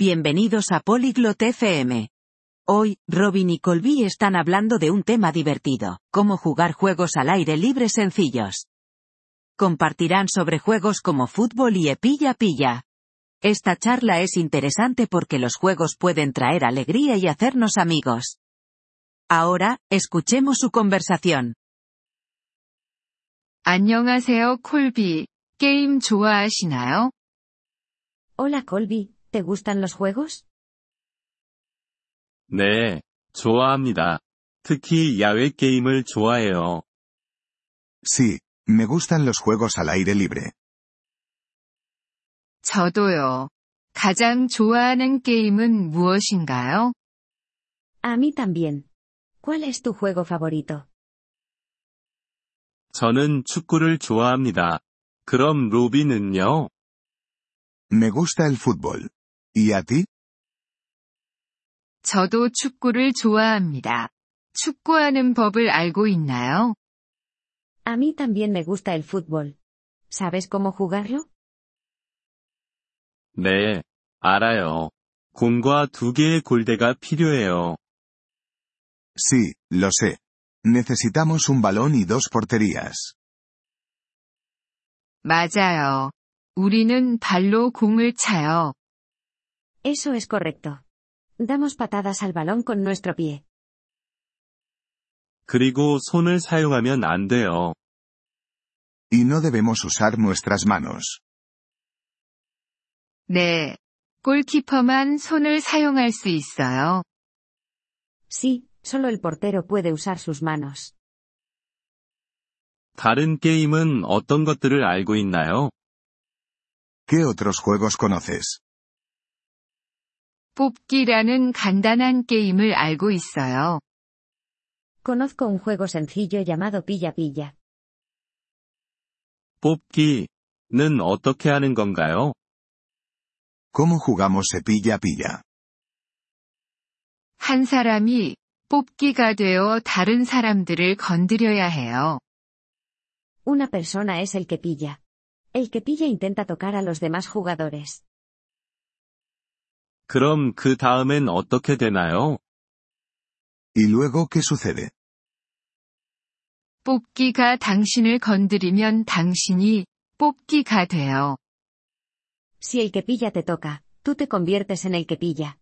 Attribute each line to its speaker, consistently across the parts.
Speaker 1: Bienvenidos a Polyglot FM. Hoy, Robin y Colby están hablando de un tema divertido, cómo jugar juegos al aire libre sencillos. Compartirán sobre juegos como fútbol y epilla pilla. Esta charla es interesante porque los juegos pueden traer alegría y hacernos amigos. Ahora, escuchemos su conversación.
Speaker 2: 안녕하세요, 콜비. 게임 좋아하시나요?
Speaker 3: Hola Colby, ¿te gustan los juegos?
Speaker 4: 네, 좋아합니다. 특히 야외 게임을 좋아해요.
Speaker 5: Sí, me gustan los juegos al aire libre.
Speaker 2: 저도요. 가장 좋아하는 게임은 무엇인가요?
Speaker 3: A mí también. ¿Cuál es tu juego favorito?
Speaker 4: 저는 축구를 좋아합니다. 그럼 로빈은요?
Speaker 5: Me gusta el fútbol. ¿Y a ti?
Speaker 2: 저도 축구를 좋아합니다. 축구하는 법을 알고 있나요?
Speaker 3: A mí también me gusta el fútbol. ¿Sabes cómo jugarlo?
Speaker 4: 네, 알아요. 공과 두 개의 골대가 필요해요.
Speaker 5: Sí, lo sé. Necesitamos un balón y dos porterías.
Speaker 2: 맞아요. 우리는 발로 공을 차요.
Speaker 3: Eso es correcto. Damos patadas al balón con nuestro pie.
Speaker 4: 그리고 손을 사용하면 안 돼요.
Speaker 5: Y no debemos usar nuestras manos.
Speaker 2: 네. 골키퍼만 손을 사용할 수 있어요.
Speaker 3: Sí, solo el portero puede usar sus manos.
Speaker 4: 다른 게임은 어떤 것들을 알고 있나요?
Speaker 5: ¿Qué otros juegos conoces?
Speaker 2: 뽑기라는 간단한 게임을 알고 있어요.
Speaker 3: Conozco un juego sencillo llamado Pilla Pilla.
Speaker 4: 뽑기는 어떻게 하는 건가요?
Speaker 5: ¿Cómo jugamos cepilla pilla?
Speaker 2: 한 사람이 뽑기가 되어 다른 사람들을 건드려야 해요.
Speaker 3: Una persona es el que pilla. El que pilla intenta tocar a los demás jugadores.
Speaker 4: 그럼 그 다음엔 어떻게 되나요?
Speaker 5: ¿Y luego qué sucede?
Speaker 2: 뽑기가 당신을 건드리면 당신이 뽑기가 돼요.
Speaker 3: Si el que pilla te toca, tú te conviertes en el que pilla.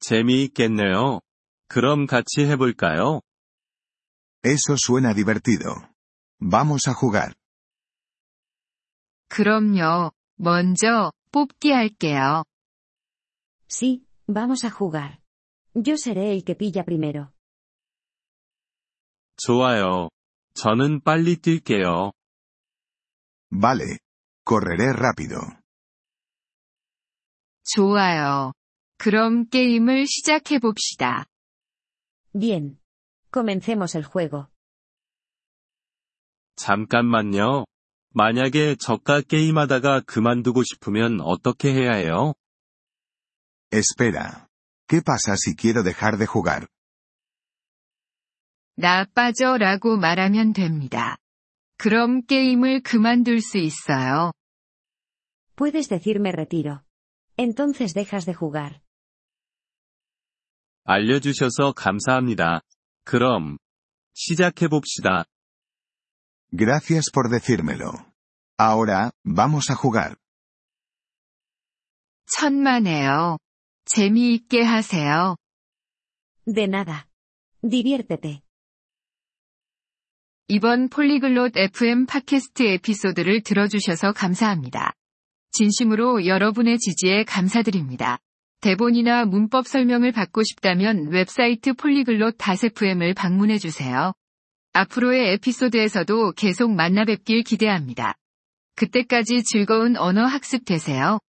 Speaker 4: 재미있겠네요. 그럼 같이 해볼까요?
Speaker 5: Eso suena divertido. Vamos a jugar.
Speaker 2: 그럼요. 먼저 뽑기 할게요.
Speaker 3: Sí, vamos a jugar. Yo seré el que pilla primero.
Speaker 4: 좋아요. 저는 빨리 뛸게요.
Speaker 5: Vale. Correré rápido.
Speaker 2: 좋아요. 그럼 게임을 시작해 봅시다.
Speaker 3: Bien. Comencemos el juego.
Speaker 4: 잠깐만요. 만약에 저가 게임하다가 그만두고 싶으면 어떻게 해야 해요?
Speaker 5: Espera. ¿Qué pasa si quiero dejar de jugar?
Speaker 2: 나 빠져라고 말하면 됩니다. 그럼 게임을 그만둘 수 있어요.
Speaker 3: Puedes decirme retiro. Entonces dejas de jugar.
Speaker 4: 알려주셔서 감사합니다. 그럼, 시작해봅시다.
Speaker 5: Gracias por decírmelo. Ahora, vamos a jugar.
Speaker 2: 천만에요. 재미있게 하세요.
Speaker 3: De nada. Diviértete.
Speaker 2: 이번 폴리글롯 FM 팟캐스트 에피소드를 들어주셔서 감사합니다. 진심으로 여러분의 지지에 감사드립니다. 대본이나 문법 설명을 받고 싶다면 웹사이트 폴리글롯 FM을 방문해주세요. 앞으로의 에피소드에서도 계속 만나 뵙길 기대합니다. 그때까지 즐거운 언어 학습 되세요.